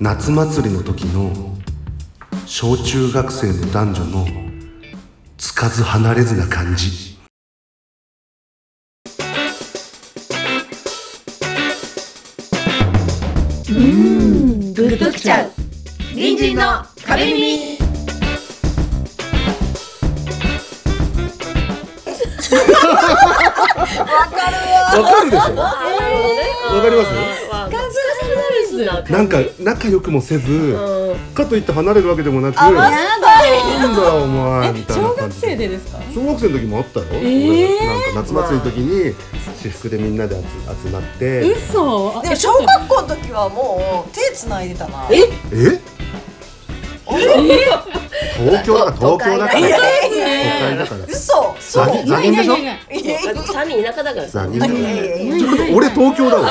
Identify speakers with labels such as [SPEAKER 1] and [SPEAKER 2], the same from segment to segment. [SPEAKER 1] 夏祭りの時の小中学生の男女のつかず離れずな感じ
[SPEAKER 2] グッときちゃう隣人の壁耳
[SPEAKER 1] わかるでしょわかりま
[SPEAKER 3] わ
[SPEAKER 2] 感想されるん
[SPEAKER 1] すなんか仲良くもせずかといって離れるわけでもなく
[SPEAKER 2] あ、ま
[SPEAKER 1] な
[SPEAKER 2] あ
[SPEAKER 1] ん
[SPEAKER 2] やだ
[SPEAKER 1] だお前みたいな
[SPEAKER 3] 小
[SPEAKER 1] 感
[SPEAKER 3] 学
[SPEAKER 1] じ
[SPEAKER 3] 生でですか
[SPEAKER 1] 小学生の時もあったよ、俺なんか夏祭りの時に私服でみんなで集集まって、
[SPEAKER 3] 嘘
[SPEAKER 4] でも小学校の時はもう手つないでたな
[SPEAKER 3] え
[SPEAKER 1] え東京だ東京だから都会だから
[SPEAKER 4] 嘘そう
[SPEAKER 1] ザギザギでしょ
[SPEAKER 4] いやいやい
[SPEAKER 5] 三人田舎だから
[SPEAKER 1] ザギ
[SPEAKER 4] やいやいや
[SPEAKER 1] ちょっと俺東京だわ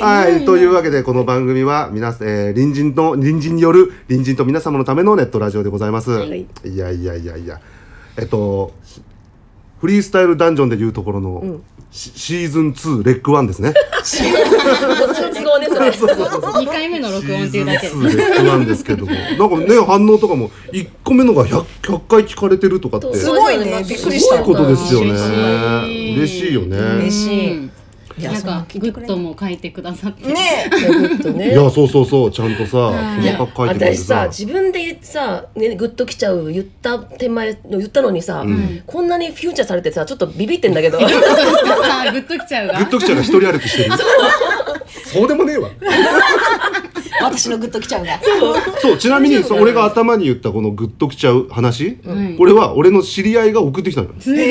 [SPEAKER 1] はいというわけでこの番組は皆さん、えー隣人の隣人による隣人と皆様のためのネットラジオでございます、い、やいやいやいやえっとフリースタイルダンジョンでいうところの、シシーズン2レッグ1ですね
[SPEAKER 5] 都合ですね
[SPEAKER 1] そうそうそう
[SPEAKER 3] 二回目の録音っていうだけ
[SPEAKER 1] シーズン2なんですけども、なんかね、反応とかも、1個目のが 100, 100回聞かれてるとかって、
[SPEAKER 4] す
[SPEAKER 1] す
[SPEAKER 4] ごいねびっくりし
[SPEAKER 1] ご
[SPEAKER 4] た
[SPEAKER 1] いことですよね。
[SPEAKER 3] 嬉し
[SPEAKER 1] 嬉し
[SPEAKER 3] い
[SPEAKER 1] いよね。
[SPEAKER 4] 嬉しいいや
[SPEAKER 3] なん
[SPEAKER 4] そんな
[SPEAKER 3] かグッドも書いてくださ って
[SPEAKER 4] ね
[SPEAKER 1] いや、そうそうそう、ちゃんとさ、細かく書いてくれて
[SPEAKER 5] 私さ
[SPEAKER 1] さ。
[SPEAKER 5] 自分でさ、ね、グッときちゃう言った手前言ったのにさ、こんなにフューチャーされてさちょっとビビってんだけど
[SPEAKER 3] あグッときちゃう
[SPEAKER 1] グッ
[SPEAKER 3] が
[SPEAKER 1] ときちゃんが一人歩き してる。そうでもねえわ。
[SPEAKER 4] え私のグッときちゃうが
[SPEAKER 1] そう、ちなみに、そう俺が頭に言ったこのグッときちゃう話、これは俺の知り合いが送ってきたのよ。
[SPEAKER 3] すごい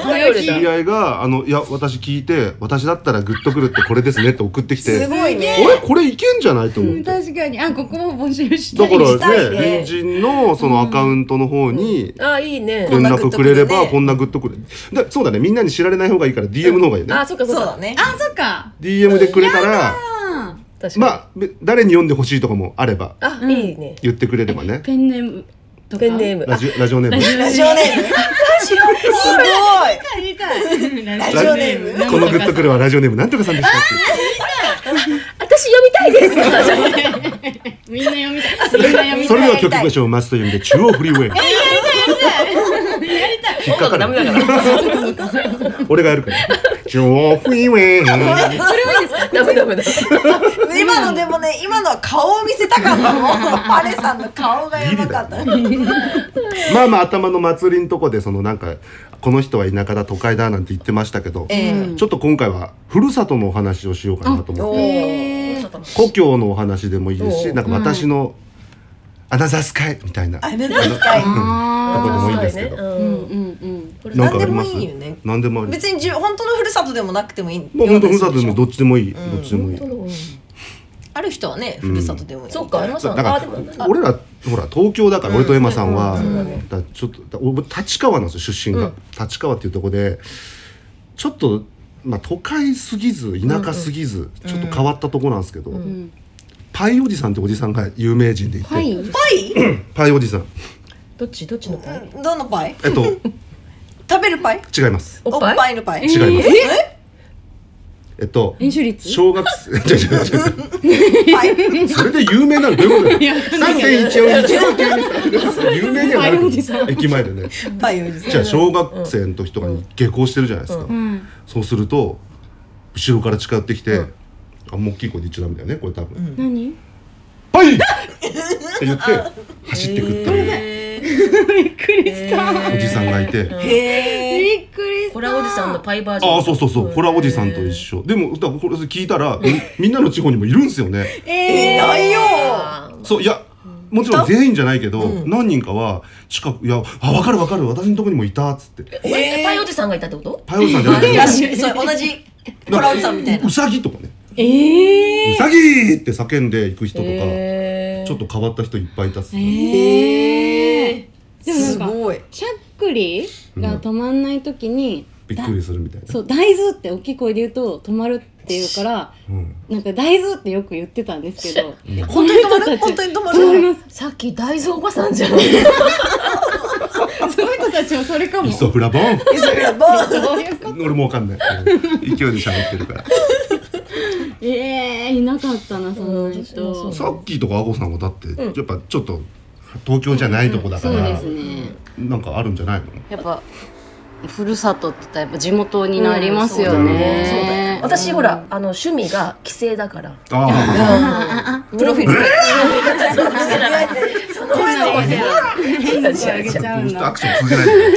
[SPEAKER 5] 頼れ
[SPEAKER 1] 知
[SPEAKER 5] た
[SPEAKER 1] り合いが、あの、いや、私聞いて、私だったらグッとくるってこれですねって送ってきて、
[SPEAKER 4] すごいね
[SPEAKER 1] 俺これいけんじゃないと思って。
[SPEAKER 3] 確かにあここも募集した
[SPEAKER 1] だ
[SPEAKER 3] い
[SPEAKER 1] か
[SPEAKER 4] した
[SPEAKER 1] ら
[SPEAKER 4] い
[SPEAKER 1] ね、
[SPEAKER 4] ね
[SPEAKER 1] 隣人のそのアカウントの方に
[SPEAKER 5] あいいね
[SPEAKER 1] 連絡くれれば、こ
[SPEAKER 4] こ
[SPEAKER 1] んなグッとくれ。でそうだね、みんなに知られない方がいいから DM の方がいいね。
[SPEAKER 5] あそっかそ
[SPEAKER 4] そ
[SPEAKER 5] っ
[SPEAKER 4] う
[SPEAKER 5] か
[SPEAKER 4] だね
[SPEAKER 3] あそっか
[SPEAKER 1] DM でくれたら、
[SPEAKER 5] 確かに、
[SPEAKER 1] まあ、べ誰に読んでほしいとかもあれば、
[SPEAKER 5] あいいね
[SPEAKER 1] 言ってくれれば ね。
[SPEAKER 3] ペンネームとか
[SPEAKER 5] ペンネーム
[SPEAKER 1] ラジオラジオネーム。
[SPEAKER 4] ラジオネームす
[SPEAKER 3] 言いたいラ
[SPEAKER 4] ジオネーム
[SPEAKER 1] このグッとくるはラジオネームなんとかさんでしたっ
[SPEAKER 5] 私読みたいで す
[SPEAKER 3] みんな読みたいみんな読
[SPEAKER 1] け
[SPEAKER 3] み
[SPEAKER 1] そ
[SPEAKER 3] たい
[SPEAKER 1] れでは曲ご賞マスト読んで中央フリーウェイ。やりたい引っかか
[SPEAKER 5] ダメだ
[SPEAKER 1] る。
[SPEAKER 5] から
[SPEAKER 1] 俺がやるから。中央フリーウェイ。
[SPEAKER 5] ダメダメダメ
[SPEAKER 4] ごい今のでもね今のは顔を見せたかったもんパレさんの顔がやばかった
[SPEAKER 1] まあまあ頭の祭りのとこでそのなんかこの人は田舎だ都会だなんて言ってましたけど、
[SPEAKER 4] ええ
[SPEAKER 1] ちょっと今回はふるさとのお話をしようかなと思って
[SPEAKER 4] おお
[SPEAKER 1] 故郷のお話でもいいですし
[SPEAKER 5] お
[SPEAKER 1] なんか私のアナザースカイみたいなと
[SPEAKER 4] あれですかい
[SPEAKER 1] こでもいいですけ
[SPEAKER 5] ね
[SPEAKER 1] ど、
[SPEAKER 5] うん
[SPEAKER 3] うんうん
[SPEAKER 4] これ
[SPEAKER 1] なん
[SPEAKER 4] 何
[SPEAKER 1] か
[SPEAKER 4] で
[SPEAKER 1] あり
[SPEAKER 4] も
[SPEAKER 1] ます
[SPEAKER 4] いいよね
[SPEAKER 1] 何でもあります
[SPEAKER 4] 別にじゅ本当のふるさとでもなくてもいい
[SPEAKER 1] まあ本当ふるさとでも
[SPEAKER 4] も
[SPEAKER 1] どっちでもいい、どっちでもいい
[SPEAKER 4] ある人はねふるさとでもいい
[SPEAKER 5] そっかありまし
[SPEAKER 1] だ
[SPEAKER 5] た
[SPEAKER 1] だ
[SPEAKER 5] あ
[SPEAKER 1] か
[SPEAKER 5] でも
[SPEAKER 1] ら俺らほら東京だから俺とエマさんは、だからちょっとだ俺立川なんですよ出身が、立川っていうとこでちょっと、まあ、都会すぎず田舎すぎず、ちょっと変わったとこなんですけど、パイおじさんっておじさんが有名人でいて、
[SPEAKER 3] はい
[SPEAKER 1] パイおじさん
[SPEAKER 5] どっちどっちのパイ
[SPEAKER 4] どのパイ
[SPEAKER 1] えっと
[SPEAKER 4] 食べるパイ
[SPEAKER 1] 違います
[SPEAKER 5] おっぱい
[SPEAKER 4] おっぱいのパイ
[SPEAKER 1] 違いますえっと
[SPEAKER 3] 飲酒率
[SPEAKER 1] 小学生 違う違う違う
[SPEAKER 4] パイ
[SPEAKER 1] それで有名なのどういうことだよ3.1415有名にはな
[SPEAKER 3] パイお
[SPEAKER 1] る
[SPEAKER 3] じさん
[SPEAKER 1] 駅前でね
[SPEAKER 4] パイおじさん
[SPEAKER 1] じゃあ小学生の時とかに下校してるじゃないですか、
[SPEAKER 3] ん
[SPEAKER 1] そうすると後ろから近寄ってきて、あんま大きい声で言っちゃダメだよねこれ多分「
[SPEAKER 3] 何
[SPEAKER 1] はい!」って言って走ってくっていう
[SPEAKER 3] びっくりした
[SPEAKER 1] おじさんがいて、
[SPEAKER 4] へえ
[SPEAKER 3] びっくりした
[SPEAKER 5] コラおじさんのパイバージョン
[SPEAKER 1] ああそうそうそうこれはおじさんと一緒でもだからこれ聞いたらみみんなの地方にもいるんですよね
[SPEAKER 3] え
[SPEAKER 4] い
[SPEAKER 3] ー
[SPEAKER 4] ないよ
[SPEAKER 1] そういやもちろん全員じゃないけど、何人かは近く「いやあ分かる分かる私のとこにもいた」っつって
[SPEAKER 5] えパイおじさんがいたってこと
[SPEAKER 1] パイオさんじゃないけ
[SPEAKER 4] い
[SPEAKER 1] ど
[SPEAKER 4] やしそれ同じコラおじさんみたいな
[SPEAKER 1] うさぎとかね
[SPEAKER 3] え
[SPEAKER 1] うさぎって叫んで行く人とか、
[SPEAKER 5] え
[SPEAKER 1] ちょっと変わった人いっぱいいたっす、
[SPEAKER 3] ーえーでもなん
[SPEAKER 4] す
[SPEAKER 3] か
[SPEAKER 4] ごい
[SPEAKER 3] しゃっくりが止まんないときに、
[SPEAKER 1] びっくりするみたいな
[SPEAKER 3] そう大豆って大きい声で言うと止まるっていうから
[SPEAKER 1] うん
[SPEAKER 3] なんか大豆ってよく言ってたんですけど
[SPEAKER 4] 本当に止まる本当に止まる
[SPEAKER 3] 止まりま
[SPEAKER 5] さっき大豆おばさんじゃん
[SPEAKER 3] すその人たちもそれかも
[SPEAKER 1] イソフラボン
[SPEAKER 4] えそれはボーン
[SPEAKER 3] そういうこ
[SPEAKER 1] 俺もわかんない勢いで喋ってるから
[SPEAKER 3] とええいなかったなその
[SPEAKER 5] う
[SPEAKER 3] 人
[SPEAKER 5] ん
[SPEAKER 1] さっきとかあこさんはだって、
[SPEAKER 5] うん
[SPEAKER 1] やっぱちょっと東京じゃないとこだか
[SPEAKER 3] そう
[SPEAKER 1] ら、
[SPEAKER 3] ですね
[SPEAKER 1] なんかあるんじゃないの
[SPEAKER 3] やっぱふるさとって言ったらやっぱ地元になりますよ
[SPEAKER 1] うんそうだ
[SPEAKER 3] ね,、
[SPEAKER 5] そうだよ私ほらあの趣味が帰省だから
[SPEAKER 1] あ
[SPEAKER 5] プロフィール
[SPEAKER 1] あ、この人アクション通じな
[SPEAKER 3] あげちゃうんだ
[SPEAKER 4] 声の方に
[SPEAKER 1] いね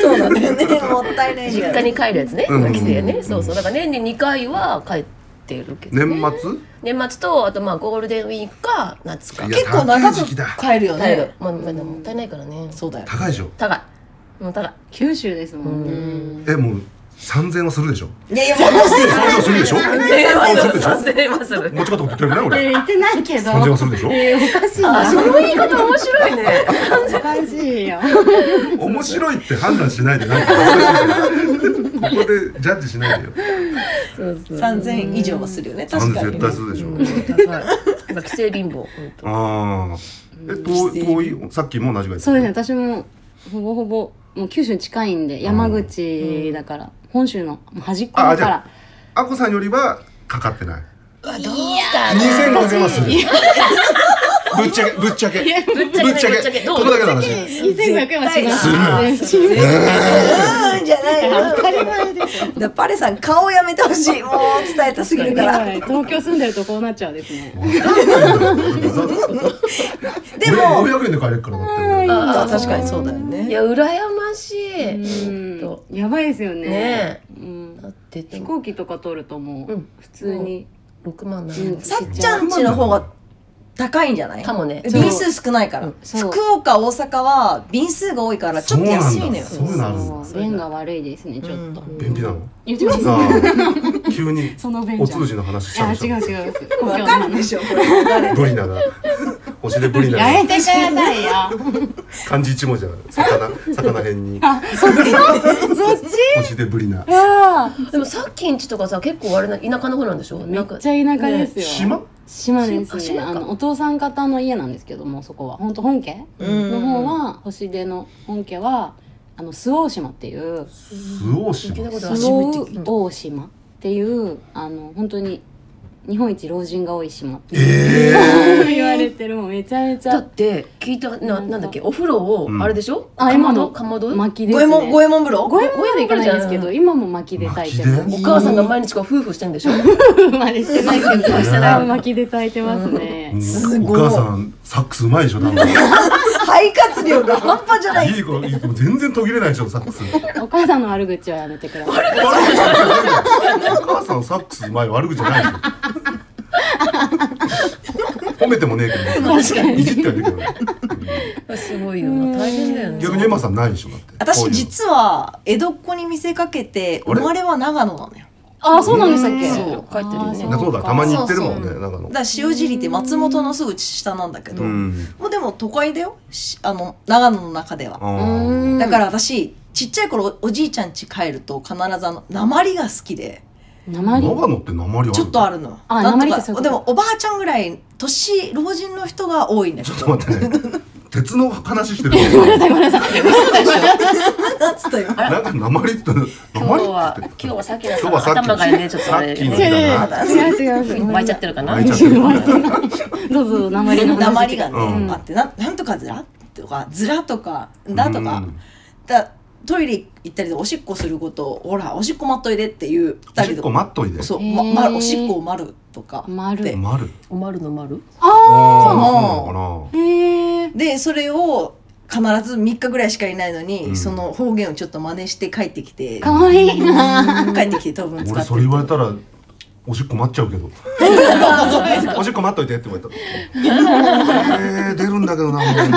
[SPEAKER 4] そうなんだよねもったいないんだ
[SPEAKER 5] 実
[SPEAKER 4] よ
[SPEAKER 5] 家に帰るやつね
[SPEAKER 1] うん
[SPEAKER 5] 帰省ねそうそうだから年に2回は帰ってるけどね
[SPEAKER 1] 年末
[SPEAKER 5] 年末とあとまあゴールデンウィークか夏か
[SPEAKER 1] いや
[SPEAKER 4] 結構長
[SPEAKER 1] 高い時期だ
[SPEAKER 4] く帰るよ
[SPEAKER 5] 帰る
[SPEAKER 4] ね
[SPEAKER 5] まあまあもったいないからね
[SPEAKER 4] そうだよ
[SPEAKER 1] 高いでしょ
[SPEAKER 5] 高いも う高い
[SPEAKER 3] 九州ですもんね
[SPEAKER 1] えもう3000円はするでしょ
[SPEAKER 4] いやいや戻して
[SPEAKER 1] 3000円はするでしょ
[SPEAKER 5] 3000円はする
[SPEAKER 1] 持ち方持ってるよね
[SPEAKER 3] えー
[SPEAKER 1] 俺
[SPEAKER 3] 言ってないけど
[SPEAKER 1] 3000円はするでしょ
[SPEAKER 3] えーおかしいな
[SPEAKER 5] その言い方面白いね
[SPEAKER 3] おかしいよ
[SPEAKER 1] 面白いって判断しないでなんかここでジャッジしないでよ
[SPEAKER 5] そうそう
[SPEAKER 4] 三千円以上はするよね確
[SPEAKER 1] 3000
[SPEAKER 4] か
[SPEAKER 1] 円
[SPEAKER 4] に
[SPEAKER 1] 絶対するでしょ、
[SPEAKER 5] 高い帰省貧乏ほんと
[SPEAKER 1] ああえ遠い遠いさっきも同じぐらい
[SPEAKER 3] そうですね私もほぼほぼもう九州に近いんで山口だから、本州の端っこ
[SPEAKER 1] あ
[SPEAKER 3] だ
[SPEAKER 1] じ
[SPEAKER 3] か
[SPEAKER 1] ゃ
[SPEAKER 3] ら
[SPEAKER 1] ああこさんよりはかかってない
[SPEAKER 5] どうかな
[SPEAKER 1] 2500円はするぶっちゃけぶっちゃけぶっちゃ
[SPEAKER 5] ぶっちゃ
[SPEAKER 1] け
[SPEAKER 5] けどう
[SPEAKER 1] このだけの話
[SPEAKER 3] 2500円はし ます
[SPEAKER 1] す
[SPEAKER 3] る
[SPEAKER 4] うんじゃないよ当たり前ですだパレさん顔やめてほしいもう伝えたすぎるからで
[SPEAKER 3] 東京住んでるとこうなっちゃうですね
[SPEAKER 4] も
[SPEAKER 1] 500円で帰れるからだって俺
[SPEAKER 4] あ確かにそうだよ
[SPEAKER 5] い
[SPEAKER 4] ね
[SPEAKER 5] や羨まし
[SPEAKER 3] う
[SPEAKER 5] い
[SPEAKER 3] ん
[SPEAKER 5] ちょっ
[SPEAKER 3] やばいですよね
[SPEAKER 5] ね
[SPEAKER 3] うん
[SPEAKER 5] えだってで
[SPEAKER 3] 飛
[SPEAKER 5] も
[SPEAKER 3] 行機とか通るとも
[SPEAKER 5] う
[SPEAKER 3] うん普通に、
[SPEAKER 5] 6万
[SPEAKER 3] う
[SPEAKER 5] 7
[SPEAKER 3] ん
[SPEAKER 4] さっちゃんちの方が高いんじゃない
[SPEAKER 5] かもね
[SPEAKER 4] 便数少ないから
[SPEAKER 3] そう
[SPEAKER 4] 福岡大阪は便数が多いからちょっと安いのよ
[SPEAKER 1] そうなんだそういうのあ
[SPEAKER 3] そう便が悪いですねちょっと、
[SPEAKER 1] る便秘なの
[SPEAKER 3] 言ってます
[SPEAKER 1] ああ急に
[SPEAKER 3] その便
[SPEAKER 1] お
[SPEAKER 3] じゃん
[SPEAKER 1] 通じの話しちゃ
[SPEAKER 3] あ
[SPEAKER 1] う
[SPEAKER 3] 違う違う違う故郷
[SPEAKER 4] わ
[SPEAKER 3] の
[SPEAKER 4] かるで
[SPEAKER 3] 話
[SPEAKER 4] しょこれ
[SPEAKER 1] ブリナが星でブリナ
[SPEAKER 3] や
[SPEAKER 1] が
[SPEAKER 3] めてくださいよ
[SPEAKER 1] 漢字一文字ある魚魚辺に
[SPEAKER 3] そっち
[SPEAKER 1] 星でブリナ
[SPEAKER 3] あ
[SPEAKER 5] でもさっきんちとかさ結構あれな田舎の方なんでしょ
[SPEAKER 3] め
[SPEAKER 5] め
[SPEAKER 3] っちゃ田舎ですよ、
[SPEAKER 1] 島
[SPEAKER 3] 島です
[SPEAKER 5] あ
[SPEAKER 3] ね
[SPEAKER 5] 島か
[SPEAKER 3] あのお父さん方の家なんですけどもそこは本当本家の方は星出の本家はあの周防大島っていう
[SPEAKER 1] 周防
[SPEAKER 5] 聞
[SPEAKER 1] 島
[SPEAKER 5] いたことある
[SPEAKER 3] 周防大島っていうあの本当に日本一老人が多い島って
[SPEAKER 1] ええ
[SPEAKER 3] 言われてるもうめちゃめち
[SPEAKER 5] だ
[SPEAKER 3] ゃ
[SPEAKER 5] って聞いたななんだっけお風呂を
[SPEAKER 1] うん
[SPEAKER 5] あれでしょ、
[SPEAKER 3] あ
[SPEAKER 5] かま
[SPEAKER 3] 今
[SPEAKER 5] ど
[SPEAKER 3] の
[SPEAKER 5] かまどお
[SPEAKER 3] 薪で
[SPEAKER 4] 五
[SPEAKER 3] す
[SPEAKER 4] 右衛
[SPEAKER 3] ね
[SPEAKER 4] 門五右衛門風呂
[SPEAKER 3] 五右衛門までいかないですけ
[SPEAKER 5] 五
[SPEAKER 3] ど今も薪で炊いてま
[SPEAKER 1] 薪
[SPEAKER 3] す
[SPEAKER 5] 母さんが毎日こう夫婦してんでしょ
[SPEAKER 3] 夫婦までしてないけど
[SPEAKER 1] してない
[SPEAKER 3] 薪で炊いてますね、
[SPEAKER 4] す
[SPEAKER 1] お
[SPEAKER 4] ごい
[SPEAKER 1] 母さんサックスうまいでしょ多分
[SPEAKER 4] 肺活量 が半端じゃない
[SPEAKER 1] いい子いい子全然途切れないでしょサックス
[SPEAKER 3] お母さんの悪口はやめてください
[SPEAKER 1] お母さんサックスうまい悪口じゃないでしょ褒めてもねえけど
[SPEAKER 3] 確かに
[SPEAKER 1] いじってはいるけどね
[SPEAKER 5] すごいよな大変だよね
[SPEAKER 1] 逆にエマさんないでしょだってこうい
[SPEAKER 4] 私
[SPEAKER 1] うの
[SPEAKER 4] 実は江戸っ子に見せかけて
[SPEAKER 1] あれ
[SPEAKER 4] 生まれは長野なのよ
[SPEAKER 3] あそうなんでしたっけ
[SPEAKER 5] そう書いてるよね
[SPEAKER 1] なそうだたまに行ってるもんね
[SPEAKER 5] そう
[SPEAKER 1] 長野
[SPEAKER 4] だから塩尻って松本のすぐ下なんだけど、
[SPEAKER 1] うん
[SPEAKER 4] もうでも都会だよしあの長野の中では、
[SPEAKER 1] あー
[SPEAKER 4] だからら私ちっちゃい頃おおじいちゃん家帰ると必ずあの鉛が好きで
[SPEAKER 3] 鉛
[SPEAKER 1] 長野って鉛ある
[SPEAKER 4] ちょっとあ
[SPEAKER 1] る
[SPEAKER 4] るのよ
[SPEAKER 3] あ
[SPEAKER 4] なんと
[SPEAKER 3] 鉛っ
[SPEAKER 4] か
[SPEAKER 3] てそういうこと
[SPEAKER 4] でもおばあちゃんぐらい年老人の人が多いんだけ
[SPEAKER 1] ちょ
[SPEAKER 4] ど
[SPEAKER 1] っ と待ってね鉄の話してる
[SPEAKER 3] ごめんなさいごめんなさい。
[SPEAKER 4] なんつったよ
[SPEAKER 1] なんか鉛って鉛って
[SPEAKER 5] 今日は今日はさっきのさ頭がねちょっとあれ
[SPEAKER 1] さっきの
[SPEAKER 3] 違う
[SPEAKER 1] だな
[SPEAKER 3] 違う違う違う違う。
[SPEAKER 5] 湧いちゃってるかな
[SPEAKER 1] 湧いちゃってる
[SPEAKER 3] どうぞ鉛の話。
[SPEAKER 4] 鉛がね、
[SPEAKER 1] うん
[SPEAKER 4] あってななんとかずらとかずらとかだとか、
[SPEAKER 1] うん
[SPEAKER 4] だトイレ行ったりでおしっこすることをほらおしっこ待っといでっていう
[SPEAKER 1] お
[SPEAKER 4] 二
[SPEAKER 1] し
[SPEAKER 4] 人
[SPEAKER 1] っ
[SPEAKER 4] と
[SPEAKER 1] こ
[SPEAKER 4] か
[SPEAKER 1] 待っといで
[SPEAKER 4] そう、
[SPEAKER 3] へー
[SPEAKER 4] まま、おしっこを丸とか
[SPEAKER 3] 丸
[SPEAKER 4] で
[SPEAKER 1] 丸
[SPEAKER 5] おまるのまる
[SPEAKER 1] ああそうなの
[SPEAKER 3] へえ。
[SPEAKER 4] でそれを必ず3日ぐらいしかいないのに、
[SPEAKER 1] うん
[SPEAKER 4] その方言をちょっと真似して帰ってきて
[SPEAKER 3] かわいいな。
[SPEAKER 4] 帰ってきて当
[SPEAKER 1] かな
[SPEAKER 4] 分使
[SPEAKER 1] 俺
[SPEAKER 4] って
[SPEAKER 1] それ言われたらおしっこ待っちゃうけど おしっこ待っといてって言われたえー出るんだけどなも
[SPEAKER 4] 待っ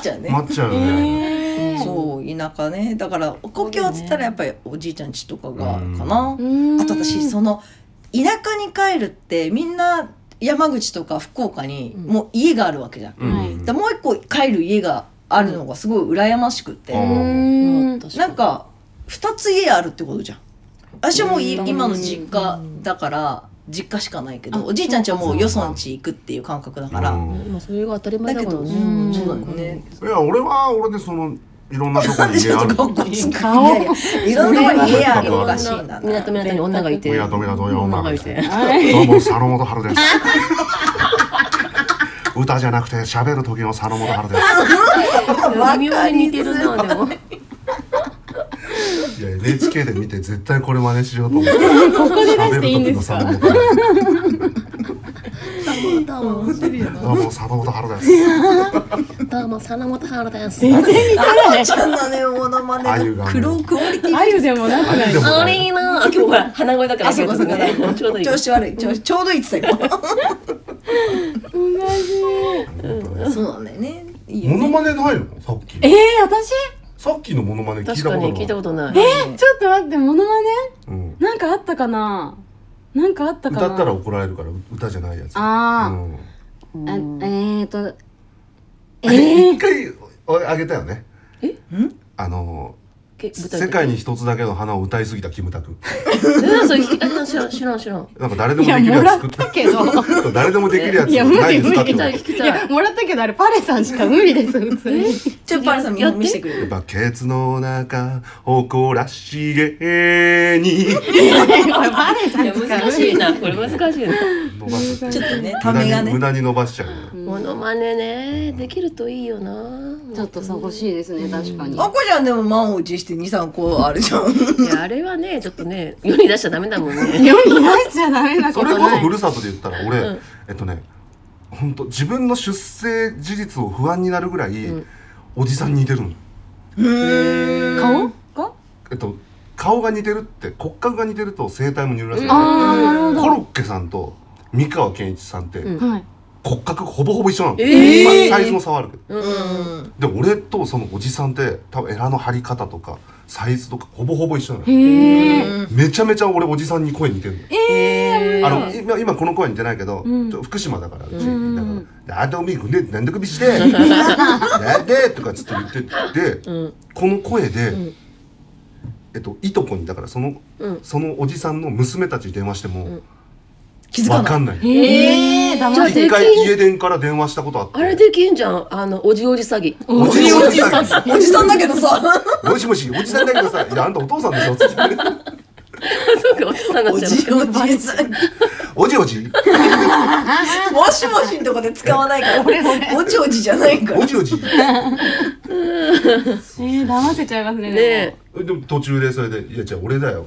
[SPEAKER 4] ちゃう
[SPEAKER 1] う
[SPEAKER 4] ね、
[SPEAKER 1] 待っちゃうよね
[SPEAKER 4] そう田舎ねだから故郷っつったらやっぱりおじいちゃん家とかが
[SPEAKER 1] うん
[SPEAKER 4] かな、
[SPEAKER 3] うん
[SPEAKER 4] あと私その田舎に帰るってみんな山口とか福岡にもう家があるわけじゃん、
[SPEAKER 1] うん
[SPEAKER 3] はい
[SPEAKER 4] だからもう一個帰る家があるのがすごい羨ましくて、
[SPEAKER 1] うん
[SPEAKER 3] うん
[SPEAKER 4] なんか2つ家あるってことじゃん私はもうい
[SPEAKER 3] うん
[SPEAKER 4] 今の実家だから実家しかないけどおじいちゃんちはもうよその家行くっていう感覚だから、
[SPEAKER 1] うん
[SPEAKER 5] 今それが当たり前
[SPEAKER 4] だ
[SPEAKER 5] だ
[SPEAKER 4] け
[SPEAKER 5] から
[SPEAKER 4] ど、
[SPEAKER 5] ね
[SPEAKER 4] そうだよね
[SPEAKER 1] いや俺は俺でそのいろんなとこに
[SPEAKER 4] ち
[SPEAKER 1] 家
[SPEAKER 4] ょ
[SPEAKER 1] あ
[SPEAKER 4] っ
[SPEAKER 1] る
[SPEAKER 4] と
[SPEAKER 1] の
[SPEAKER 4] かっこつく
[SPEAKER 3] 顔
[SPEAKER 4] いやいやいろんなとこに家あるのおかしいんだな
[SPEAKER 5] 港港に女がいて
[SPEAKER 1] 港港に女がいて
[SPEAKER 3] はい
[SPEAKER 1] どうも佐野元春です歌じゃなくて喋る時の佐野元春で
[SPEAKER 5] 微妙に似てるなでも
[SPEAKER 1] すいや NHK で見て絶対これ真似しようと思って
[SPEAKER 3] ここで出
[SPEAKER 1] 喋
[SPEAKER 3] していいん
[SPEAKER 1] る時
[SPEAKER 3] で
[SPEAKER 1] の
[SPEAKER 3] す
[SPEAKER 1] 佐
[SPEAKER 3] か
[SPEAKER 1] 野元春
[SPEAKER 5] どう
[SPEAKER 1] どうも佐野元春で
[SPEAKER 5] も
[SPEAKER 1] す
[SPEAKER 5] どうも佐野元春です
[SPEAKER 4] あちゃんのねモノマネの黒クオリティ
[SPEAKER 3] あゆでもなくない
[SPEAKER 1] でも
[SPEAKER 5] あ
[SPEAKER 1] ね
[SPEAKER 5] れなあ今日ほら鼻声だから
[SPEAKER 4] あそうかそうかね
[SPEAKER 5] ちょうどいい
[SPEAKER 4] 調子悪いちょちょうどいいって言ってたよそうなんだよねいいよ
[SPEAKER 1] モノ
[SPEAKER 4] ね
[SPEAKER 1] マネないのさっき
[SPEAKER 3] えー、私
[SPEAKER 1] さっきのモノマネ聞い
[SPEAKER 5] 確
[SPEAKER 1] た
[SPEAKER 5] か
[SPEAKER 1] こと
[SPEAKER 5] に
[SPEAKER 1] な
[SPEAKER 5] 聞
[SPEAKER 1] い
[SPEAKER 5] いたことない
[SPEAKER 3] ちょっと待ってモノマネ
[SPEAKER 1] うん
[SPEAKER 3] なんかあったかななんかあったかな
[SPEAKER 1] 歌ったら怒られるから歌じゃないやつ
[SPEAKER 3] あー
[SPEAKER 1] うん
[SPEAKER 3] あえーとえ
[SPEAKER 1] 一
[SPEAKER 3] ー、
[SPEAKER 1] 回あげたよね
[SPEAKER 5] え
[SPEAKER 1] あの
[SPEAKER 5] け舞台
[SPEAKER 1] 世界に一つだけの花を歌いすぎたキムタク
[SPEAKER 5] えそれあ知らん知らん知らん
[SPEAKER 1] なんか誰でも
[SPEAKER 3] い
[SPEAKER 1] で
[SPEAKER 3] や
[SPEAKER 1] きる
[SPEAKER 3] も
[SPEAKER 1] や
[SPEAKER 3] ら
[SPEAKER 1] つ
[SPEAKER 3] っ
[SPEAKER 1] 作った
[SPEAKER 3] け ど
[SPEAKER 1] た誰でもできるやつ
[SPEAKER 3] いや無
[SPEAKER 1] ない
[SPEAKER 3] 理
[SPEAKER 1] で
[SPEAKER 3] 無
[SPEAKER 1] すか
[SPEAKER 3] 理
[SPEAKER 1] って
[SPEAKER 5] 聞
[SPEAKER 1] こ
[SPEAKER 5] き
[SPEAKER 1] と
[SPEAKER 5] たい
[SPEAKER 1] や
[SPEAKER 3] い
[SPEAKER 5] 聞きたい
[SPEAKER 3] やもらったけどあれパレさんしか無理です普通に
[SPEAKER 4] ちょっとパリさん見
[SPEAKER 5] やって
[SPEAKER 4] 見せてくれ
[SPEAKER 1] っ
[SPEAKER 4] る
[SPEAKER 1] ぱケツの中誇らしげに
[SPEAKER 3] これパレさんしか無理
[SPEAKER 5] 難しいなこれ難しいな
[SPEAKER 1] 伸ばす
[SPEAKER 4] ちょっとねた
[SPEAKER 1] 無
[SPEAKER 4] め
[SPEAKER 1] 駄
[SPEAKER 4] が
[SPEAKER 1] に
[SPEAKER 4] ね
[SPEAKER 1] 無駄に伸ばしちゃう
[SPEAKER 5] モノマネねできるといいよな
[SPEAKER 3] ちょっとさ欲しいですね確かに
[SPEAKER 4] あこちゃんでも満を持して二三個あるじゃん
[SPEAKER 5] いやあれはねちょっとね世に出しちゃダメだもんね
[SPEAKER 3] 世に出しちゃダメなこ
[SPEAKER 1] それ
[SPEAKER 3] と
[SPEAKER 1] こそ
[SPEAKER 3] ない
[SPEAKER 1] ふるさとで言ったら俺、えっとね本当自分の出生事実を不安になるぐらい、おじさんに似てるの
[SPEAKER 3] 顔が
[SPEAKER 1] えっと顔が似てるって骨格が似てると声帯も似るらしいんだよ
[SPEAKER 3] ああなるほ
[SPEAKER 1] コロッケさんと三河健一さんって、
[SPEAKER 5] ん
[SPEAKER 3] どはい
[SPEAKER 1] 骨格ほぼほぼ一緒なの、
[SPEAKER 5] えー
[SPEAKER 1] まあサイズも差はあるけど
[SPEAKER 4] うん
[SPEAKER 1] で俺とそのおじさんって多分エラの張り方とかサイズとかほぼほぼ一緒なのよ
[SPEAKER 3] へえ
[SPEAKER 1] めちゃめちゃ俺おじさんに声似てるの、
[SPEAKER 5] え
[SPEAKER 1] あの今今この声似てないけど、
[SPEAKER 3] ん
[SPEAKER 1] ちょ福島だからうち、
[SPEAKER 3] ん
[SPEAKER 1] だから「あんたおみくんで何で首して」なんで?」とかずっと言ってて、
[SPEAKER 5] うん
[SPEAKER 1] この声で、
[SPEAKER 5] ん
[SPEAKER 1] えっと、いとこにだからその,、
[SPEAKER 5] うん
[SPEAKER 1] そのおじさんの娘たちに電話しても
[SPEAKER 4] 気づか
[SPEAKER 1] 分
[SPEAKER 4] な
[SPEAKER 1] か
[SPEAKER 4] い
[SPEAKER 1] んない
[SPEAKER 3] へえ
[SPEAKER 5] じゃ
[SPEAKER 3] 黙
[SPEAKER 5] あ
[SPEAKER 3] って
[SPEAKER 1] 一
[SPEAKER 5] 全
[SPEAKER 1] 回
[SPEAKER 5] 然
[SPEAKER 1] 家電から電話したことあって
[SPEAKER 5] あれできんじゃんあのおじおじ詐欺
[SPEAKER 1] おじおじさん
[SPEAKER 4] おじさんだけ どさ
[SPEAKER 1] もしもしおじさんだけどさ「いやあんたお父さんでしょ」つって
[SPEAKER 5] そうかおじさんにな
[SPEAKER 4] お
[SPEAKER 5] っちゃう
[SPEAKER 4] じおじさん
[SPEAKER 1] 「おじおじ
[SPEAKER 4] もしもしんとこで使わないから俺おじおじじゃないから
[SPEAKER 1] おじおじ」
[SPEAKER 3] えー騙せちゃいますね
[SPEAKER 5] ねえ
[SPEAKER 3] で
[SPEAKER 1] でも途中でそれで「いや違う俺だよ」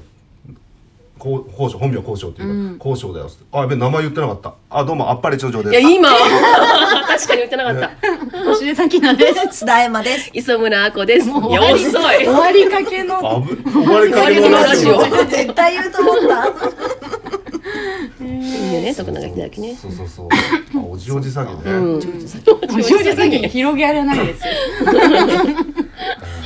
[SPEAKER 1] こう交渉本名交渉っていうか、交渉だよっつってあやべ名前言ってなかったあどうもあっぱれ長女
[SPEAKER 5] い
[SPEAKER 1] で
[SPEAKER 5] や
[SPEAKER 1] す
[SPEAKER 5] 今確かに言ってなかった
[SPEAKER 3] も星出咲菜です
[SPEAKER 4] 津田山です
[SPEAKER 5] 磯村あこですいや
[SPEAKER 3] もう終わり
[SPEAKER 5] 遅い
[SPEAKER 3] 終わりかけの
[SPEAKER 1] あぶ生まれかけのラジ
[SPEAKER 5] 終
[SPEAKER 1] オ
[SPEAKER 5] わり
[SPEAKER 4] 絶対言うと思った
[SPEAKER 5] いいよね徳永英明ね
[SPEAKER 1] そうそうそうあおじおじ詐欺ね、
[SPEAKER 3] 星出咲菜広げられないですよ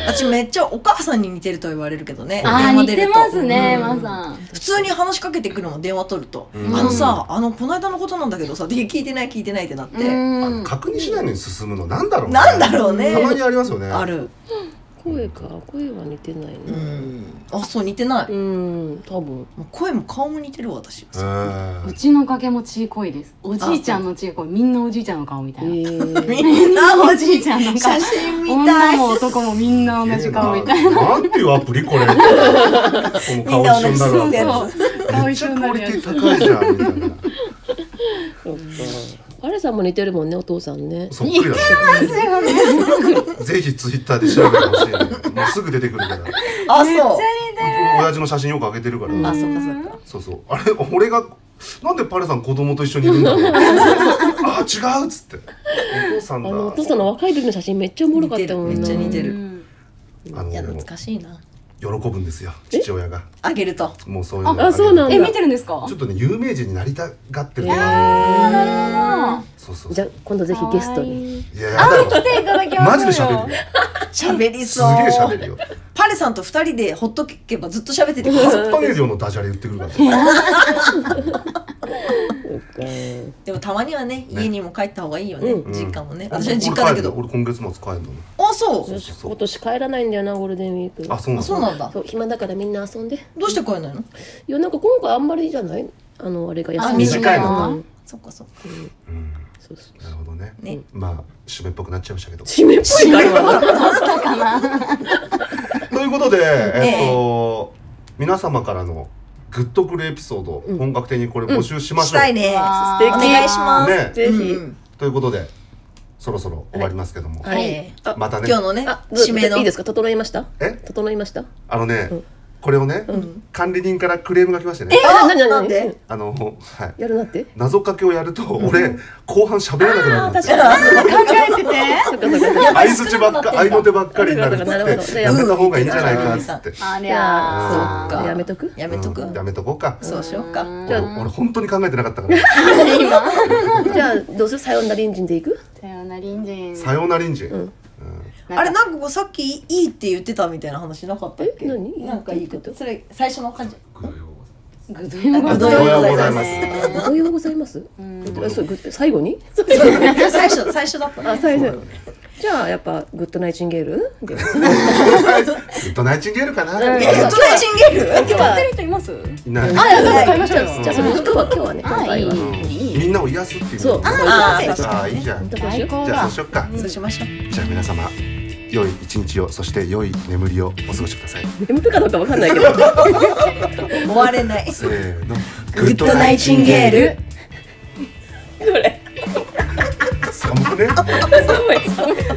[SPEAKER 4] 私めっちゃお母さんに似てると言われるけどね
[SPEAKER 3] あ
[SPEAKER 4] 電
[SPEAKER 3] ー
[SPEAKER 4] 話
[SPEAKER 3] 似
[SPEAKER 4] 出
[SPEAKER 3] て
[SPEAKER 4] ると
[SPEAKER 3] ますねまさん
[SPEAKER 4] 普通に話しかけてくるの電話取ると、あのさあのこの間のことなんだけどさで聞いてない聞いてないってなって、
[SPEAKER 1] あの確認しないのに進むのなんだろうね
[SPEAKER 4] なんだろうね
[SPEAKER 1] たまにありますよね
[SPEAKER 4] ある
[SPEAKER 5] 声か声は似てないうなん
[SPEAKER 4] あそう似てない、
[SPEAKER 5] うん多分
[SPEAKER 4] もう声も顔も似てるわ私、
[SPEAKER 1] えー
[SPEAKER 3] うちの掛けもちいこいですおじいちゃんのちいこいみんなおじいちゃんの顔みたいな
[SPEAKER 5] え
[SPEAKER 4] みんな
[SPEAKER 3] おじいちゃんの
[SPEAKER 4] 写
[SPEAKER 3] 顔
[SPEAKER 4] 真見た
[SPEAKER 3] 女
[SPEAKER 4] い
[SPEAKER 3] も男もみんな同じ顔みたい
[SPEAKER 1] いななんていうアプリこれこの
[SPEAKER 4] みん
[SPEAKER 1] 顔
[SPEAKER 4] な
[SPEAKER 1] 一緒に
[SPEAKER 4] 同じ
[SPEAKER 1] なる
[SPEAKER 4] 住んでる
[SPEAKER 1] ア
[SPEAKER 4] や
[SPEAKER 1] プリ
[SPEAKER 4] つ
[SPEAKER 3] 顔
[SPEAKER 1] めっ
[SPEAKER 3] 一
[SPEAKER 1] ち
[SPEAKER 3] 緒
[SPEAKER 1] ゃクオ
[SPEAKER 3] になる
[SPEAKER 1] リティ高い
[SPEAKER 3] やつ
[SPEAKER 1] じゃんみたいな
[SPEAKER 5] そっかあれさんも似てるもんねお父さんね
[SPEAKER 1] そっくりだね。ぜひツイッターで調べてほしいね、もうすぐ出てくるから。
[SPEAKER 4] あそう
[SPEAKER 1] 親父の写真よく上げてるから。
[SPEAKER 4] あそうかそうか
[SPEAKER 1] そうそう。あれ俺がなんでパレさん子供と一緒にいるんだろ う。あ違うっつって。お父さん
[SPEAKER 5] あ
[SPEAKER 1] だ。
[SPEAKER 5] のお父さんの若い時の写真めっちゃおもろかったもん
[SPEAKER 4] 似
[SPEAKER 5] な
[SPEAKER 4] てるめっちゃ似て
[SPEAKER 3] う
[SPEAKER 4] る
[SPEAKER 3] ん
[SPEAKER 1] あの
[SPEAKER 4] いや懐かしいな
[SPEAKER 1] 喜ぶんですよ父親が。
[SPEAKER 4] あげると
[SPEAKER 1] もうそういうのを
[SPEAKER 5] ああそうなんだ
[SPEAKER 3] え見てるんですか
[SPEAKER 1] ちょっとね有名人になりたがってるとかあるんだよね。そうそう
[SPEAKER 5] じ
[SPEAKER 1] そ
[SPEAKER 5] ゃあ
[SPEAKER 1] う。
[SPEAKER 5] 今度ぜひゲストに
[SPEAKER 1] いややだ
[SPEAKER 3] 来
[SPEAKER 1] ろ。
[SPEAKER 3] ていただき
[SPEAKER 1] マ
[SPEAKER 3] ま
[SPEAKER 1] ジ
[SPEAKER 3] す
[SPEAKER 1] で喋るよ。
[SPEAKER 4] 喋り
[SPEAKER 1] す
[SPEAKER 4] そ
[SPEAKER 1] げ
[SPEAKER 4] う
[SPEAKER 1] え喋るよ。
[SPEAKER 4] パレさんと二人でほっとけばずっと喋っててくだ
[SPEAKER 1] カ
[SPEAKER 4] さい
[SPEAKER 1] ッパゲディオのダジャレ言ってくるから。
[SPEAKER 4] でもたまにはね家にも帰った方がいいよね実家もね私は
[SPEAKER 1] 俺
[SPEAKER 4] 実家だけど
[SPEAKER 1] 俺今月末帰るの。
[SPEAKER 4] あそう
[SPEAKER 1] そうそう
[SPEAKER 5] 今年帰らないんだよなゴールデンウィーク
[SPEAKER 1] あそうな
[SPEAKER 4] あ
[SPEAKER 1] の
[SPEAKER 4] そうなんだ
[SPEAKER 5] そう暇だからみんな遊んでい
[SPEAKER 4] どうして帰んないの
[SPEAKER 5] やなんか今回あんまりじゃないあのあれが休み
[SPEAKER 1] 短いの
[SPEAKER 5] う
[SPEAKER 1] か
[SPEAKER 5] ん
[SPEAKER 4] そっかそっか
[SPEAKER 5] そうそう
[SPEAKER 1] なるほどね
[SPEAKER 4] ね
[SPEAKER 1] まあ締めっぽくなっちゃいましたけど
[SPEAKER 5] 締めっぽいからな
[SPEAKER 1] ということで、えっと、皆様からのグッとくるエピソード、を本格的にこれ募集しましょう。
[SPEAKER 4] たいね。
[SPEAKER 3] わ
[SPEAKER 5] 素
[SPEAKER 4] お
[SPEAKER 5] 敵
[SPEAKER 4] 願いします。
[SPEAKER 1] ね
[SPEAKER 5] ぜひ、
[SPEAKER 4] うんうん
[SPEAKER 1] ということで、そろそろ終わりますけども、
[SPEAKER 5] はい
[SPEAKER 4] はい
[SPEAKER 5] あ
[SPEAKER 1] またね
[SPEAKER 4] 今、日のね
[SPEAKER 5] あ、どう
[SPEAKER 4] 締めの
[SPEAKER 5] いいですか整いました
[SPEAKER 1] え
[SPEAKER 5] 整いました
[SPEAKER 1] あのね、
[SPEAKER 5] うん
[SPEAKER 1] これをね、管理人からクレームが来ましてね、
[SPEAKER 5] あな
[SPEAKER 4] なんで
[SPEAKER 5] うん
[SPEAKER 1] あの、はい。
[SPEAKER 5] やるなって
[SPEAKER 1] 謎かけをやると、俺、後半喋らなくなるんですよ。
[SPEAKER 5] そっかそっかそっか
[SPEAKER 1] 相づちばっか、相の手ばっかりになるっつ
[SPEAKER 5] なるほどなる
[SPEAKER 1] っ
[SPEAKER 5] ほ
[SPEAKER 1] て、
[SPEAKER 5] ど
[SPEAKER 1] やめた方がいいんじゃないかっつって。
[SPEAKER 3] あり
[SPEAKER 1] あー
[SPEAKER 3] ゃ
[SPEAKER 4] そっか
[SPEAKER 5] やめとく
[SPEAKER 4] やめとく、
[SPEAKER 1] うんやめとこうか。
[SPEAKER 4] そうしようか、
[SPEAKER 3] うん
[SPEAKER 1] 俺、俺本当に考えてなかったから。
[SPEAKER 5] じゃあどうするさよなら隣人でいく
[SPEAKER 3] ーさよなら隣人
[SPEAKER 1] さよならんじ。
[SPEAKER 5] ん
[SPEAKER 4] あれなんかこうさっきいいって言ってたみたいな話なかったっけ
[SPEAKER 5] え何
[SPEAKER 4] なんかいいことそれ最初の感じ
[SPEAKER 3] グドヨ
[SPEAKER 1] あ
[SPEAKER 3] ゴ
[SPEAKER 1] りが
[SPEAKER 4] どう
[SPEAKER 1] と
[SPEAKER 4] いうう
[SPEAKER 1] ご
[SPEAKER 4] ご
[SPEAKER 1] ざ
[SPEAKER 4] ざ
[SPEAKER 1] い
[SPEAKER 4] い
[SPEAKER 1] ま
[SPEAKER 4] ますす。
[SPEAKER 5] おようございますあそうグッ最後に
[SPEAKER 4] 最初最初だった
[SPEAKER 5] あ
[SPEAKER 4] ね
[SPEAKER 5] 最初じゃあやっぱグッドナイチンゲールで
[SPEAKER 1] ずっとナイチンゲールかな。
[SPEAKER 4] えグッドナイチンゲール
[SPEAKER 5] 今日は
[SPEAKER 3] 人います
[SPEAKER 1] いない。
[SPEAKER 4] はい
[SPEAKER 5] じゃあじゃあその今日は今日はね乾杯は
[SPEAKER 1] みんなを癒すっていう。
[SPEAKER 5] そう
[SPEAKER 4] あー
[SPEAKER 1] ああいいじゃん。じ
[SPEAKER 5] どうし
[SPEAKER 3] 最
[SPEAKER 5] よう
[SPEAKER 3] 高
[SPEAKER 1] ゃあそ
[SPEAKER 3] だ
[SPEAKER 1] うしよっか。
[SPEAKER 4] そうしましょう
[SPEAKER 1] じゃあ皆様良い一日をそして良い眠りをお過ごしください。
[SPEAKER 5] 眠るかどうかわかんないけど
[SPEAKER 4] 終われない
[SPEAKER 1] せーの。
[SPEAKER 4] グッドナイチンゲール
[SPEAKER 5] どれ
[SPEAKER 1] 寒くね。
[SPEAKER 5] 寒い寒い